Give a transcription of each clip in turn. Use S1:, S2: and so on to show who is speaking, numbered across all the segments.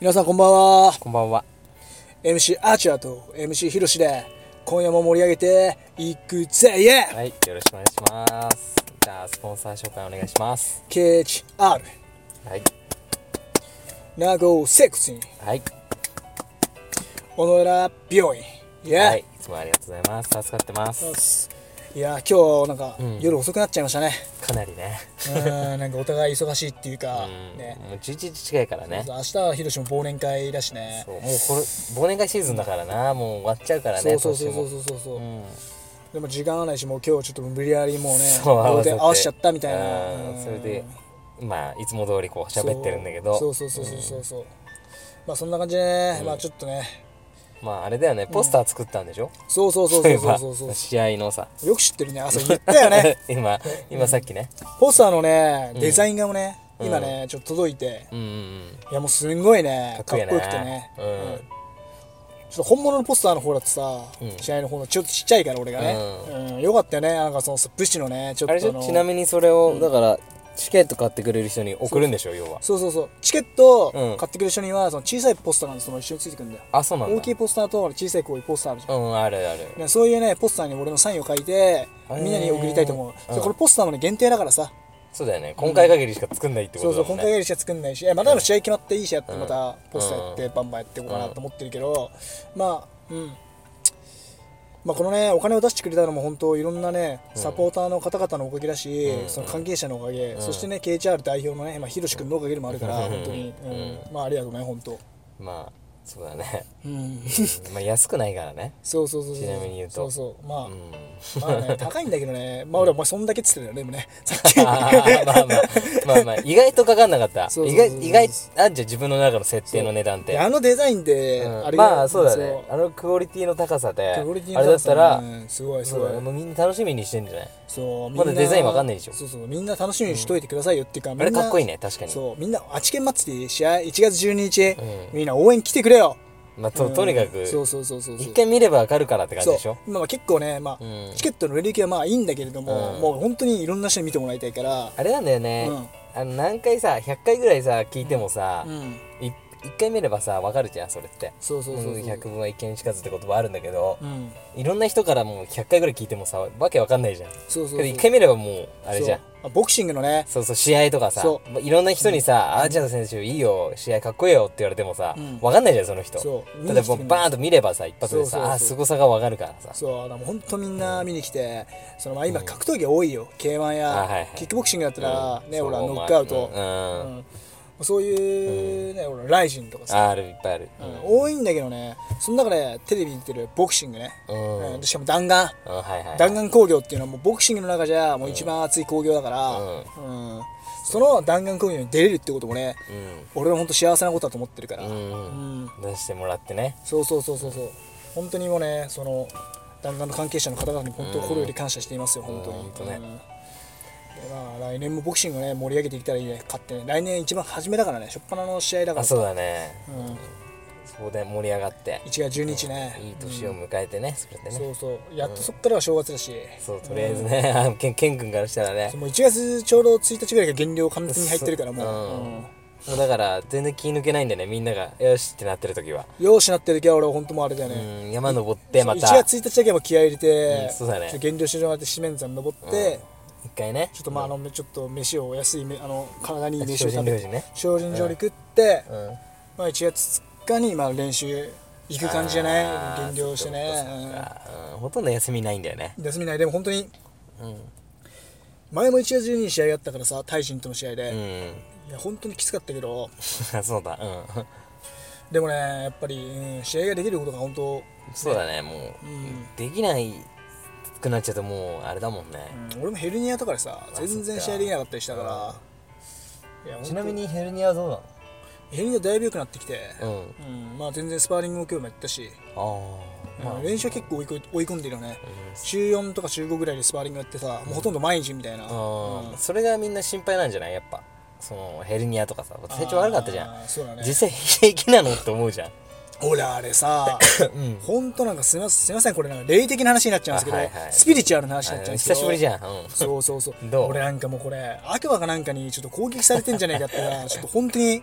S1: 皆さんこんばんは
S2: こんばんは。
S1: MC アーチャーと MC ひろしで今夜も盛り上げていくぜイエー
S2: はい、よろしくお願いします。じゃあ、スポンサー紹介お願いします。
S1: KHR
S2: はい、
S1: 名護セクシン
S2: はい、
S1: 小野寺病院イエー
S2: はい、
S1: イ
S2: いつもありがとうございます。助かってます。
S1: いや今日なんか、
S2: ん
S1: 夜遅くなっちゃいましたね
S2: かなりね。
S1: うん なんかお互い忙しいっていうか
S2: うん、
S1: ね
S2: もう11時近いからね。
S1: 明日はひろしも忘年会だしね
S2: そう、もうこれ忘年会シーズンだからな、もう終わっちゃうから
S1: そ
S2: ね。
S1: うそうそうそう
S2: う。
S1: そうそうそう、
S2: うん、
S1: でも時間はないしもう今日ちょっと無理やりもうね
S2: そ
S1: 両
S2: う
S1: 手
S2: 合わせて
S1: 合わせちゃったみたいな
S2: うん
S1: うん
S2: それで、まあ、いつも通りこう喋ってるんだけど。
S1: そうそうそうそうそうそう、まあそんな感じでね、まあちょっとね
S2: まあ、あれだよね、ポスター作ったんでしょ。
S1: そうそうそうそうそうそうそ
S2: 今
S1: う
S2: 試合のさ。
S1: よく知ってるね朝言ったよ ね
S2: 今、今さっきね。
S1: ポスターのねデザイン画もね、今ねちょっと届いて
S2: うん、うんうん、
S1: いやもうすんごいねか
S2: か
S1: っ
S2: っこ
S1: こ
S2: いい
S1: よ
S2: ね
S1: くてね、
S2: うん
S1: ちょっと本物のポスターの方だってさ、
S2: うん
S1: 試合の方のちょっとちっちゃいから俺がね、うんよかったよねなんかその武士のねちょっ
S2: あ
S1: と
S2: れでし
S1: あ
S2: ょ
S1: の
S2: ちなみにそれを、だから、チケット買ってくれる人に送るんでしょ、要は。
S1: そうそうそうチケット
S2: うん
S1: 買ってくれる人にはその小さいポスターがその一緒についてくるんだよ
S2: あ、そうなんだ。
S1: 大きいポスターと小さいこういうポスターあるじゃん
S2: うん、あるある。
S1: ね、そういうねポスターに俺のサインを書いて
S2: ー
S1: みんなに送りたいと思う、
S2: うん
S1: そうこれポスターもね限定だからさ、
S2: そうだよね。今回限りしか作んないってこ
S1: そうそ
S2: と
S1: う
S2: だも
S1: 今
S2: ん
S1: 回や
S2: ね。
S1: りしか作んないしえまたでも試合決まっていい試合やって
S2: うん
S1: またポスターやってバンバンやっていこうかなと思ってるけど、まあうんまあこのねお金を出してくれたのも本当いろんなねサポーターの方々のおかげだし、
S2: ん
S1: その関係者のおかげ、
S2: ん
S1: そしてね KHR 代表のねまあひろし君のおかげでもあるから
S2: うん
S1: 本当に、うんまあありがとうね本当
S2: まあ、そうだ ね。
S1: うん
S2: まあ、安くないからね。
S1: そうそうそうそう
S2: ちなみに言うと
S1: そうそうまあ、
S2: うん。
S1: まあね、高いんだけどね、まあ俺はお前そんだけっつってたよね、でも ね、さっき。
S2: あーまあまあ、まあまあ、意外とかかんなかった。
S1: そうそう
S2: 意
S1: そう
S2: 外、意外、あんじゃん自分の中の設定の値段っ
S1: で
S2: て。
S1: あのデザインで、
S2: うん
S1: あれが
S2: まあ、そうだね。あのクオリティの高さで、あ
S1: そうクオ
S2: れ
S1: リティの
S2: だ
S1: 高
S2: っ
S1: さ
S2: たら
S1: う、んすごいす
S2: そう
S1: ご
S2: だね。
S1: い。
S2: もうみんな楽しみにしてんじゃない
S1: そう、
S2: まだデザインわかんないでしょ
S1: そうそう、みんな楽しみにしといてくださいよっていうか、みんな
S2: あれかっこいいね、確かに。
S1: そう、みんな、あちけん祭り、試合、1月12日、
S2: う
S1: みんな応援来てくれよ。
S2: まあ、と、とにかく、
S1: そうそうそうそうそう。
S2: 一回見ればわかるからって感じ
S1: そう
S2: でしょ。
S1: まあまあ結構ね、まあ、
S2: うん
S1: チケットの売れ行きはまあいいんだけれども、
S2: うん
S1: もう本当にいろんな人に見てもらいたいから、
S2: あれなんだよね。あの、何回さ、100回ぐらいさ、聞いてもさ
S1: う、ん、
S2: い一回見ればさ、わかるじゃん、それって。
S1: そうそうそうそう。
S2: うん百聞は一見しかずって言葉あるんだけど、
S1: うん、
S2: いろんな人からもう100回ぐらい聞いてもさわけわかんないじゃん
S1: そうそう
S2: けど
S1: そう。
S2: 一回見ればもうあれじゃん
S1: そうあボクシングのね、
S2: そうそう試合とかさ
S1: そ
S2: まいろんな人にさ「あーちゃん選手いいよ試合かっこいいよ」って言われてもさ、
S1: うん
S2: わかんないじゃんその人
S1: そう
S2: ただもうバーンと見ればさ一発で
S1: そう
S2: さ
S1: そうそう
S2: あーすごさがわかるからさ
S1: そうだからもう本当みんな見に来て、そのまあ今格闘技多いよ k 1や、
S2: あはいはい
S1: キックボクシングだったら、
S2: うん
S1: ね
S2: そう
S1: ほら
S2: まあ
S1: ノックアウト
S2: う、ん、
S1: うんそういう、ねほらライジンとかさ、
S2: あるいっぱいあるう
S1: うんん多いんだけどねその中でテレビに出てるボクシングね、
S2: うん
S1: うんしかも弾丸
S2: うんはいはい
S1: 弾丸工業っていうのはもうボクシングの中じゃもう一番熱い工業だから、うんその弾丸工業に出れるってこともね
S2: うん
S1: 俺は本当幸せなことだと思ってるから、
S2: うん、
S1: うん
S2: 出してもらってね
S1: そうそうそうそうそう本当にもうねその弾丸の関係者の方々に本当心より感謝していますよ、本当に、
S2: うん本当ね
S1: うんでまあ来年もボクシングね盛り上げていけたらいいね勝ってね来年一番初めだからね初っ端の試合だか
S2: あ
S1: ら
S2: そうだね
S1: うん、1
S2: そこで盛り上がって
S1: 月12日ね、
S2: いい年を迎えてね、それでね
S1: そうそうやっとそっからは正月だし、
S2: そうとりあえずね、 あのケンケン君からしたらね
S1: もう1月ちょうど1日ぐらいが減量完全に入ってるから
S2: そ
S1: も
S2: う
S1: う、
S2: う
S1: うん
S2: んもうだから全然気抜けないんでねみんながよしってなってる時は、
S1: よーしなってる時は俺は本当もうあれだよ
S2: う
S1: ね、
S2: ん、山登ってま
S1: 1
S2: た一
S1: 月1日だけはもう気合い入れて、
S2: うんそうだ
S1: ち
S2: ね
S1: ょっと減量してもらって四面山登って、
S2: 回ね
S1: ちょっとまああのちょっと飯を安いめあの体にいい飯
S2: 精
S1: を食
S2: 進
S1: べ
S2: 料
S1: て
S2: 理ね
S1: 精進料理食って、
S2: うん
S1: まあ、1月2日にまあ練習行く感じじゃない
S2: あ
S1: 減
S2: ー
S1: 量してね
S2: そっかそっかうんほとんど休みないんだよね
S1: うん休みないでも本当に
S2: うん、
S1: 前も1月12に試合やったからさタイ人との試合で、
S2: う
S1: い
S2: ん、
S1: や本当にきつかったけど
S2: そうだうん
S1: でもねやっぱり、うん試合ができることが本当、
S2: そうだねもう、
S1: ん
S2: できないくなっちゃうともうあれだもんね、
S1: うん俺もヘルニアとかでさ全然試合できなかったりしたから、いや
S2: ちなみ
S1: 本
S2: にヘルニアはどう
S1: 当ヘルニアだいぶ良くなってきて、
S2: なのうん
S1: うんまあ、全然スパーリングも今日もやったし、
S2: ああ、まあ、
S1: う
S2: うんん
S1: 練習は結構追いこ追い込んでるよね、週4とか週5ぐらいでスパーリングやってさ、もうほとんど毎日みたいな、うん
S2: それがみんな心配なんじゃないやっぱそのヘルニアとかさ体調悪かったじゃん
S1: あーそうだね
S2: 実際平気なのって思うじゃん
S1: 俺あれさほんとなんかすみませんすみませんこれなんか霊的な話になっちゃうんですけど、
S2: あはいはい
S1: スピリチュアルな話になっちゃうんですけ
S2: 久
S1: ど
S2: しぶりじ
S1: ゃん
S2: ゃん、うん、
S1: そうそうそう
S2: どう
S1: 俺なんかもうこれ悪魔かなんかにちょっと攻撃されてんじゃねえかってちょっと本当に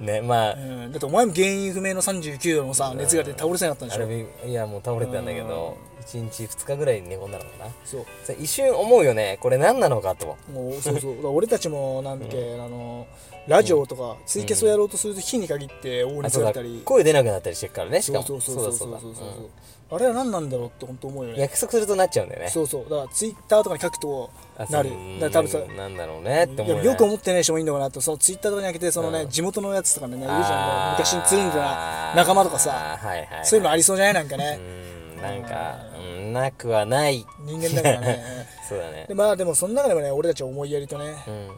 S2: ねまあ
S1: うん、だってお前も原因不明の39度のさ熱が出て倒れそうになったんで
S2: あ
S1: しょ、
S2: れいやもう倒れてたんだけど1日2日ぐらい寝込んだのかな
S1: そう
S2: それ一瞬思うよねこれ何なのかと
S1: もうそうそうだから俺たちもなんだっけ、あのラジオとかツイキャスをやろうとすると日に限って大
S2: あ
S1: 熱
S2: そう
S1: だっ
S2: だ
S1: たり
S2: 声出なくなったりしてるからねし
S1: そ
S2: か
S1: う
S2: も
S1: そうそうそうそうそうそう
S2: だうん
S1: あれは何なんだろうって本当思うよね
S2: 約束するとなっちゃうんだよね
S1: そうそうだからツイッターとかに書くと
S2: あそう
S1: なるだから多分さ
S2: うんなんだろうねって思う
S1: い
S2: ね
S1: やよく思ってない人もいいんだかなとそのツイッターとかに開けてそのね、
S2: うん
S1: 地元のやつとかねいるじゃん
S2: あー
S1: 昔につるんでな仲間とかさ
S2: あーはいはい
S1: そういうのあ
S2: り
S1: りそうじゃないなんかね、
S2: うんなんかうんなくはない
S1: 人間だから ね
S2: そうだね
S1: でまあでもその中でもね俺たちは思いやりとね、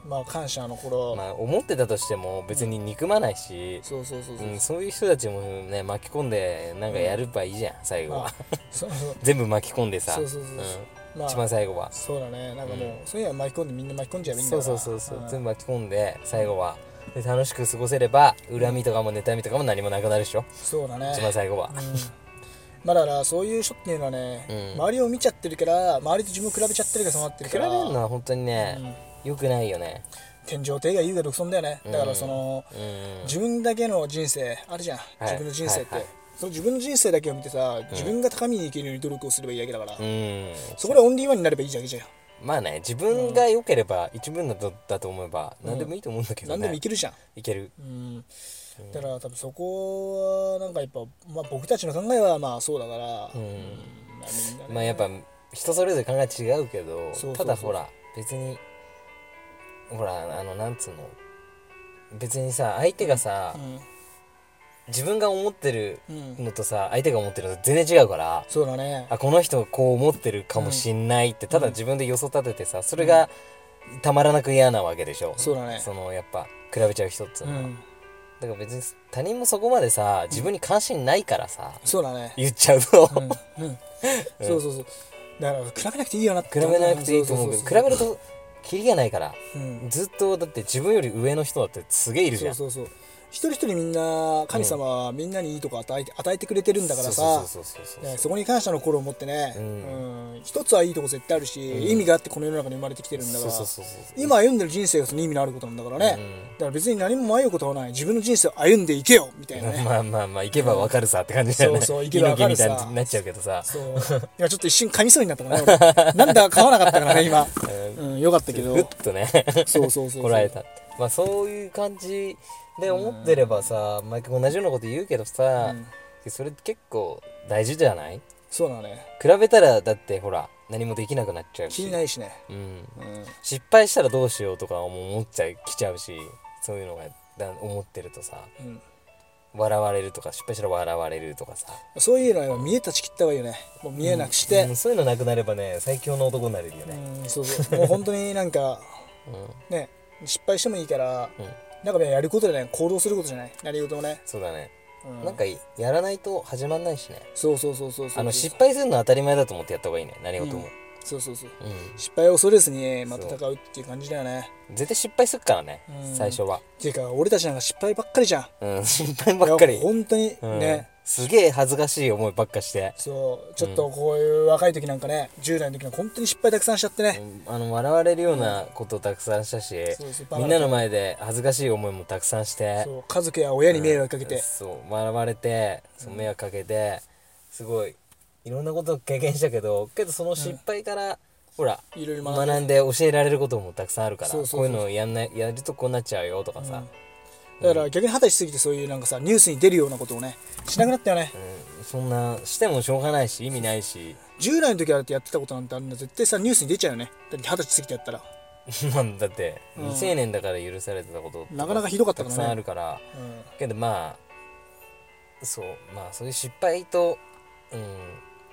S2: う
S1: まあ感謝の頃、
S2: まあ思ってたとしても別に憎まないし
S1: そうそうそうそうう、
S2: んそういう人たちもね巻き込んでなんかやればいいじゃん最後
S1: ま
S2: は
S1: あそうそう
S2: 全部巻き込ん でさ
S1: そうそうそうそう
S2: うん
S1: まあ
S2: 一番最後は
S1: そうだねなんかもう、そういうのは巻き込んでみんな巻き込んじゃえばいいんだ
S2: そ
S1: か
S2: う
S1: ら
S2: そうそうそう
S1: うん
S2: 全部巻き込んで最後はで楽しく過ごせれば恨みとかも妬みとかも何もなくなるでしょ
S1: そうだね
S2: 一番最後は
S1: うんまあだからそういう人っていうのはね、
S2: うん
S1: 周りを見ちゃってるから周りと自分を比べちゃってるからそうなってる
S2: 比べ
S1: か
S2: る
S1: ら
S2: のは本当にね良くないよね
S1: 天井手が優雅独尊だよねだからその、
S2: うん
S1: 自分だけの人生あるじゃん、自分の人生って、
S2: はいはい
S1: その自分の人生だけを見てさ、自分が高みにいけるように努力をすればいいだけだから、
S2: うん
S1: そこでオンリーワンになればいいだけじゃん
S2: まあね自分が良ければ一分だとだと思えば何でもいいと思うんだけど
S1: 何でも
S2: ね
S1: いけるじゃん、
S2: いける
S1: うん、だから多分そこはなんかやっぱ、まあ、僕たちの考えはまあそうだから、う
S2: う
S1: ん
S2: ん
S1: まあみんなね
S2: まあやっぱ人それぞれ考え違うけど
S1: そうそうそう
S2: ただほら別にほらあのなんつうの別にさ相手がさ、自分が思ってる
S1: うん、うん、
S2: のとさ相手が思ってるのと全然違うから
S1: そうだね
S2: あこの人こう思ってるかもしんないって、ただ自分で予想立ててさそれがたまらなく嫌なわけでしょ、
S1: そうだね
S2: そのやっぱ比べちゃう人っつう
S1: う
S2: のは、
S1: ん
S2: だから別に他人もそこまでさ自分に関心ないからさ、
S1: そうだね
S2: 言っちゃ うと、
S1: うん、うん、そうそうそうだから比べなくていいよなって
S2: 比べなくていいと思うけど
S1: そ
S2: 比
S1: そ
S2: べるとキリがないから
S1: そううん
S2: ずっとだって自分より上の人だってすげえいるじ
S1: そ
S2: ゃ
S1: うんそうそう一人一人みんな神様はみんなにいいとこ与えて与えてくれてるんだから
S2: そ
S1: さ
S2: うそうそうそうそう
S1: ねそこに感謝の心を持ってね、
S2: う
S1: うんん一つはいいとこ絶対あるし、
S2: ん
S1: 意味があってこの世の中に生まれてきてるんだか
S2: そう
S1: ら
S2: そうそうそう
S1: 今歩んでる人生がその意味のあることなんだからね、
S2: うん
S1: だから別に何も迷うことはない自分の人生を歩んでいけよみたいなね
S2: まあまあまあ行けばわかるさって感じだよ
S1: そ
S2: ね
S1: うそう行けばわかるさ
S2: 猪木みたいになっちゃうけどさ
S1: そう今ちょっと一瞬噛みそうになったからね俺なんだか買わなかったからね今、うん、よかったけど
S2: ふっとね
S1: そうそうそうそう
S2: こらえたまあそういう感じで思ってればさ毎回同じようなこと言うけどさそれ結構大事じゃない
S1: そうだね
S2: 比べたらだってほら何もできなくなっちゃう
S1: 気
S2: し
S1: にないしね、
S2: うん
S1: うん、
S2: 失敗したらどうしようとかも思っちゃいきちゃうしそういうのがだ思ってるとさ
S1: うん
S2: 笑われるとか失敗したら笑われるとかさ
S1: そういうのは今見えたち切った方がいいよねもう見えなくして、
S2: うんそういうのなくなればね最強の男になれるよね
S1: うん、そうそう。もう本当になんか、ね、失敗してもいいから、
S2: うん
S1: なんかね、やることじゃない、行動することじゃない、何事もね。
S2: そうだね
S1: うん
S2: なんかやらないと始まんないしね
S1: そうそうそうそうそう。
S2: あの失敗するのは当たり前だと思ってやった方がいいね何事も
S1: そうそうそう。
S2: う
S1: 失敗を恐れずに、まあ、戦うっていう感じだよね。
S2: ん絶対失敗するからね
S1: うん
S2: 最初は
S1: っていうか、俺たちなんか失敗ばっかりじゃん。
S2: うん 失敗ばっか
S1: い
S2: り
S1: や本当に
S2: うん
S1: ね、
S2: すげえ恥ずかしい思いばっかして
S1: そう、ちょっとこういう若い時なんかね、10代の時なんか本当に失敗たくさんしちゃってね。
S2: うんあの笑われるようなことをたくさんしたし
S1: そうそう
S2: みんなの前で恥ずかしい思いもたくさんして
S1: そう家族や親に迷惑かけて、
S2: そう笑われてそう迷惑かけてすごいいろんなことを経験したけどけどその失敗から、ほら
S1: いろいろ学んで
S2: 学んで教えられることもたくさんあるから
S1: そうそうそう
S2: こういうのをやんないやるとこうなっちゃうよとかさ、
S1: だから逆に二十歳過ぎてそういうなんかさニュースに出るようなことをねしなくなったよね、
S2: うんそんなしてもしょうがないし意味ないし
S1: 10代の時だってやってたことなんてあんな絶対さニュースに出ちゃうよねだって二十歳過ぎてやったら
S2: まあだって
S1: うん
S2: 未成年だから許されてたこと
S1: なかなかひどかった
S2: た
S1: か
S2: く
S1: らね
S2: さんあるから
S1: うん
S2: けどまあそうまあそういう失敗と、うん、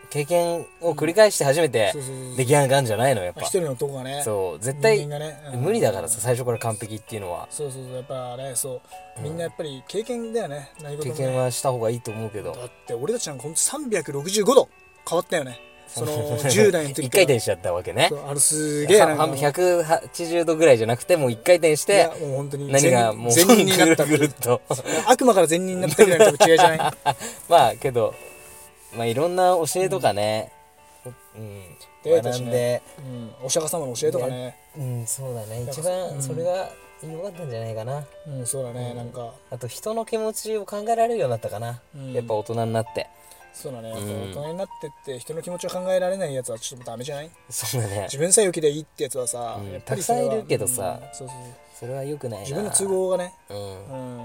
S2: 経験を繰り返して初めて
S1: そうそうそう
S2: 出来上がるんじゃないのやっぱ
S1: 一人の男がね
S2: そう絶
S1: 人
S2: 対
S1: 間がねうん
S2: 無理だからさ最初から完璧っていうのは
S1: そうそうそうやっぱねそうみんなやっぱり経験だよね何事
S2: 経
S1: も
S2: 験
S1: ね
S2: はした方がいいと思うけど
S1: だって俺たちなんかほんと365度変わったよねその 10代の時
S2: 一
S1: から
S2: 回転しちゃったわけね
S1: そうあのすげえなん
S2: 半
S1: か
S2: 分180度ぐらいじゃなくてもう一回転し
S1: いや
S2: て
S1: もう本当に
S2: 何が
S1: 善
S2: もう
S1: 善人になったっ
S2: ぐ
S1: てい
S2: るぐる
S1: う
S2: っと
S1: 悪魔から善人になったぐらいの違いじ ゃない
S2: まあけどまあいろんな教えとかねうん
S1: 出会えた
S2: 学
S1: し
S2: ん
S1: ね
S2: で
S1: うんお釈迦様の教えとかね
S2: うんそうだね
S1: なんか
S2: 一番それがよかったんじゃないかな
S1: うん、そうだね、
S2: うん
S1: なんか
S2: あと人の気持ちを考えられるようになったかな、
S1: うん
S2: やっぱ大人になって
S1: そうだね、やっ
S2: うん
S1: ぱ大人になってって人の気持ちを考えられないやつはちょっとダメじゃない
S2: そうだね
S1: 自分さえ良きでいいってやつはさ、
S2: うん
S1: やっぱりそれは
S2: たくさんいるけどさ
S1: うんそうそうそう
S2: それは良くないな
S1: 自分の都合がね、
S2: うん
S1: う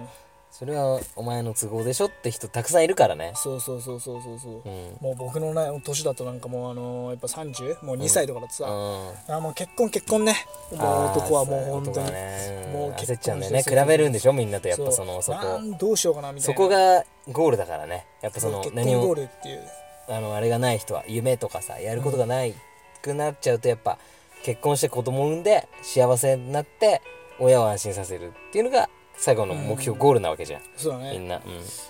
S1: ん、
S2: それはお前の都合でしょって人たくさんいるからね
S1: そうそうそうそうそうそう、
S2: うん
S1: もう僕のね年だとなんかもうあのーやっぱ30もう2歳とかだとさ、
S2: うん
S1: あーもう結婚結婚ねもう男はもう本当に
S2: 男はね
S1: もう
S2: 焦っちゃうんだ
S1: 結婚
S2: よね
S1: して
S2: 比
S1: そうそうそう
S2: べるんでしょみんなとやっぱそのそ
S1: な
S2: こ
S1: んどうしようかなみたいな
S2: そこがゴールだからねやっぱその
S1: 結婚
S2: 何
S1: ゴー
S2: も
S1: ルっていう
S2: あのあれがない人は夢とかさやることがないくなっちゃうとやっぱ結婚して子供産んで幸せになって親を安心させるっていうのが最後の目標ゴールなわけじゃん
S1: そうだ
S2: み
S1: ね
S2: ん ない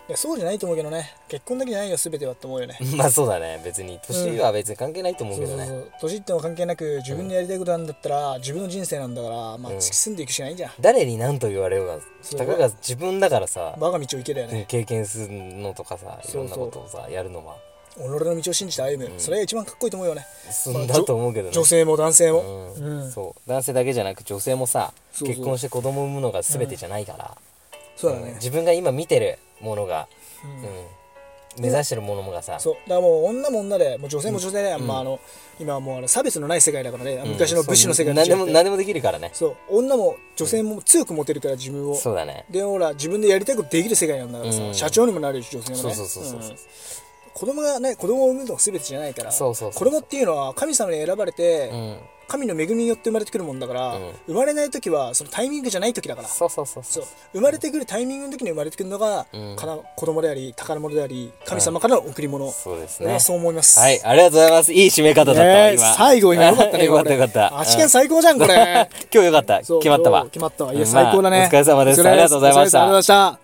S1: やそうじゃないと思うけどね結婚だけじゃないよ全てはって思うよね
S2: うんまあそうだね別に年は別に関係ないと思う
S1: そ
S2: け
S1: う
S2: ど
S1: そうそ
S2: ね
S1: う年ってのは関係なく自分のやりたいことなんだったら自分の人生なんだからまあ
S2: うん
S1: 突き進んでいくしかないじゃん、
S2: 誰に何と言われようが
S1: そう
S2: たかが自分だからさ
S1: 我が道を行けだよ
S2: うん
S1: ね、
S2: 経験するのとかさいろんなことをさやるのは
S1: 己の道を信じて歩む、それが一番かっこいいと思うよね
S2: そ
S1: まあ
S2: んだと思うけどね
S1: 女性も男性も、
S2: う
S1: うん
S2: んそう男性だけじゃなく女性もさ
S1: そうそう
S2: 結婚して子供を産むのが全てじゃないから、
S1: そうだね、
S2: うん自分が今見てるものが、
S1: うん
S2: うん目指してるものもがさ、
S1: そうだからもう女も女でもう女性も女性で、まあ、あの今はもうあの差別のない世界だからね、
S2: うん
S1: 昔の武士の世界と
S2: そう
S1: 違
S2: 何で
S1: っ
S2: も
S1: て
S2: 何でもできるからね
S1: そう女も女性も強く持てるから自分を、
S2: そうだね
S1: でほら自分でやりたいことできる世界なんだからさ、
S2: うん
S1: 社長にもなるし女性もね
S2: そうそうそうそう、
S1: ん子供がね子供を産むのが全てじゃないから
S2: そうそうそう
S1: 子供っていうのは神様に選ばれて、
S2: うん
S1: 神の恵みによって生まれてくるもんだから、
S2: うん
S1: 生まれない時はそのタイミングじゃない時だから
S2: そうそうそうそ
S1: そうう生まれてくるタイミングの時に生まれてくるのが、
S2: うん
S1: かな子供であり宝物であり神様からの贈り物、
S2: そうです
S1: 俺
S2: ね
S1: はそう思います、
S2: はいありがとうございますいい締め方だったわ、
S1: ねえ
S2: 今
S1: 最後今よかったね
S2: よかった
S1: これ
S2: よかった
S1: あ試験最高じゃんこれ
S2: 今日よかった
S1: そう
S2: 決まった
S1: そ
S2: わ
S1: う決まったわい
S2: うん
S1: や最高だね、
S2: まあお疲れ様です
S1: お疲れ
S2: ありがとうございました
S1: お疲れ様でした